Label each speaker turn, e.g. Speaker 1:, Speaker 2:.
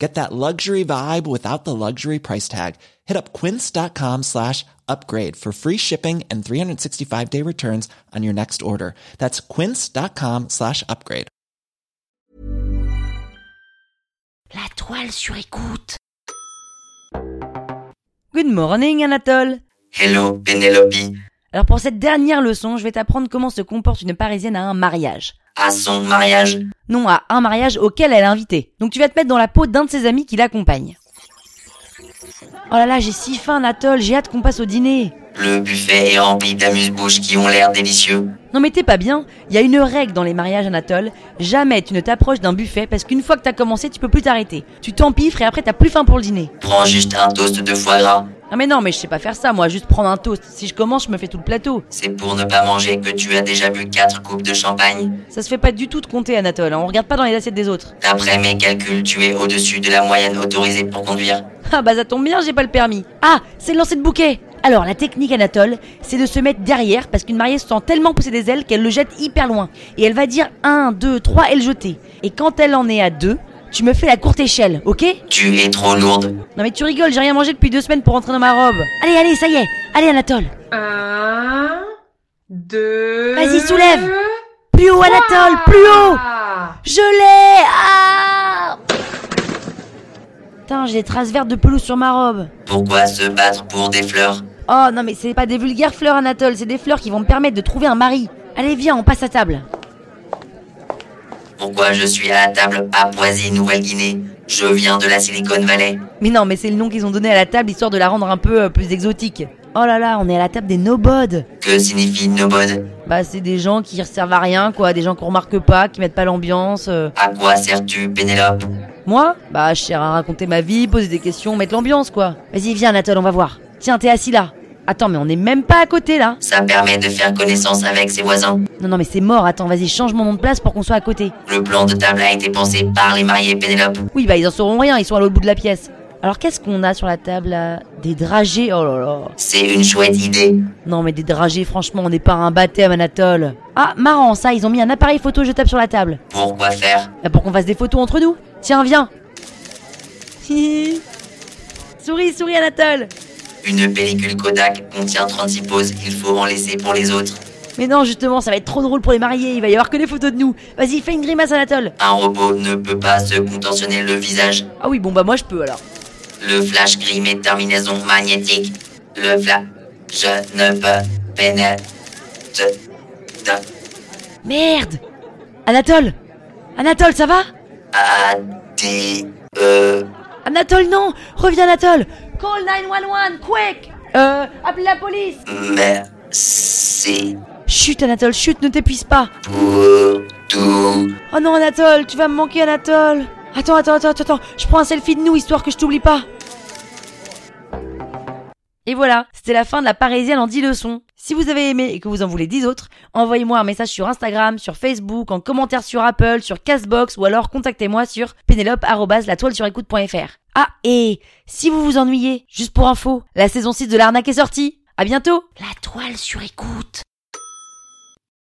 Speaker 1: Get that luxury vibe without the luxury price tag. Hit up quince.com slash upgrade for free shipping and 365 day returns on your next order. That's quince.com slash upgrade.
Speaker 2: La toile sur écoute. Good morning Anatole.
Speaker 3: Hello, Penelope.
Speaker 2: Alors pour cette dernière leçon, je vais t'apprendre comment se comporte une Parisienne à un mariage.
Speaker 3: À son mariage
Speaker 2: Non, à un mariage auquel elle est invitée. Donc tu vas te mettre dans la peau d'un de ses amis qui l'accompagne. Oh là là, j'ai si faim Anatole, j'ai hâte qu'on passe au dîner.
Speaker 3: Le buffet est rempli d'amuse-bouches qui ont l'air délicieux.
Speaker 2: Non mais t'es pas bien, il y a une règle dans les mariages Anatole, jamais tu ne t'approches d'un buffet parce qu'une fois que t'as commencé, tu peux plus t'arrêter. Tu t'empiffres et après t'as plus faim pour le dîner.
Speaker 3: Prends juste un toast de foie gras.
Speaker 2: Ah mais non, mais je sais pas faire ça moi, juste prendre un toast. Si je commence, je me fais tout le plateau.
Speaker 3: C'est pour ne pas manger que tu as déjà bu quatre coupes de champagne.
Speaker 2: Ça se fait pas du tout de compter Anatole, hein, on regarde pas dans les assiettes des autres.
Speaker 3: D'après mes calculs, tu es au-dessus de la moyenne autorisée pour conduire.
Speaker 2: Ah bah ça tombe bien, j'ai pas le permis. Ah, c'est le lancer de bouquet Alors la technique Anatole, c'est de se mettre derrière parce qu'une mariée se sent tellement pousser des ailes qu'elle le jette hyper loin. Et elle va dire 1, 2, 3 et le jeter. Et quand elle en est à 2, tu me fais la courte échelle, ok
Speaker 3: Tu es trop lourde.
Speaker 2: Non mais tu rigoles, j'ai rien mangé depuis deux semaines pour rentrer dans ma robe. Allez, allez, ça y est Allez Anatole
Speaker 4: Un, deux.
Speaker 2: Vas-y, soulève. Plus haut Anatole, plus haut
Speaker 4: Ah.
Speaker 2: Je l'ai Ah Putain, j'ai des traces vertes de pelouse sur ma robe.
Speaker 3: Pourquoi se battre pour des fleurs
Speaker 2: Oh non mais c'est pas des vulgaires fleurs Anatole, c'est des fleurs qui vont me permettre de trouver un mari. Allez viens, on passe à table.
Speaker 3: Pourquoi je suis à la table Papouasie, Nouvelle-Guinée Je viens de la Silicon Valley.
Speaker 2: Mais non, mais c'est le nom qu'ils ont donné à la table histoire de la rendre un peu euh, plus exotique. Oh là là, on est à la table des nobodes.
Speaker 3: Que signifie nobod
Speaker 2: Bah c'est des gens qui servent à rien quoi, des gens qu'on remarque pas, qui mettent pas l'ambiance. euh.
Speaker 3: À quoi sers-tu, Pénélope
Speaker 2: Moi Bah je sers à raconter ma vie, poser des questions, mettre l'ambiance quoi. Vas-y viens Anatole, on va voir. Tiens, t'es assis là. Attends, mais on est même pas à côté là.
Speaker 3: Ça permet de faire connaissance avec ses voisins.
Speaker 2: Non non, mais c'est mort. Attends, vas-y, change mon nom de place pour qu'on soit à côté.
Speaker 3: Le plan de table a été pensé par les mariés Pénélope.
Speaker 2: Oui, bah ils en sauront rien, ils sont à l'autre bout de la pièce. Alors qu'est-ce qu'on a sur la table là Des dragées, oh là là.
Speaker 3: C'est une chouette idée.
Speaker 2: Non mais des dragées, franchement, on n'est pas à un baptême, Anatole. Ah, marrant ça, ils ont mis un appareil photo jetable sur la table.
Speaker 3: Pourquoi faire
Speaker 2: Bah, pour qu'on fasse des photos entre nous. Tiens, viens. Hi. souris, souris, Anatole.
Speaker 3: Une pellicule Kodak contient 36 poses, il faut en laisser pour les autres.
Speaker 2: Mais non, justement, ça va être trop drôle pour les mariés, il va y avoir que des photos de nous. Vas-y, fais une grimace, Anatole.
Speaker 3: Un robot ne peut pas se contentionner le visage.
Speaker 2: Ah oui, bon bah moi je peux alors.
Speaker 3: Le flash gris et terminaison magnétique. Le flash. Je ne peux pénétrer.
Speaker 2: Merde. Anatole. Anatole, ça va
Speaker 3: A. D. E.
Speaker 2: Anatole, non Reviens, Anatole Call 911, quick Euh, appelle la police
Speaker 3: Merci
Speaker 2: Chut, Anatole, chut, ne t'épuise pas
Speaker 3: pour tout.
Speaker 2: Oh non, Anatole, tu vas me manquer, Anatole Attends, attends, attends, attends, je prends un selfie de nous, histoire que je t'oublie pas Et voilà, c'était la fin de la Parisienne en 10 leçons. Si vous avez aimé et que vous en voulez 10 autres, envoyez-moi un message sur Instagram, sur Facebook, en commentaire sur Apple, sur Castbox ou alors contactez-moi sur penelope.latoilesurécoute.fr Ah, et si vous vous ennuyez, juste pour info, la saison 6 de l'arnaque est sortie À bientôt La toile sur écoute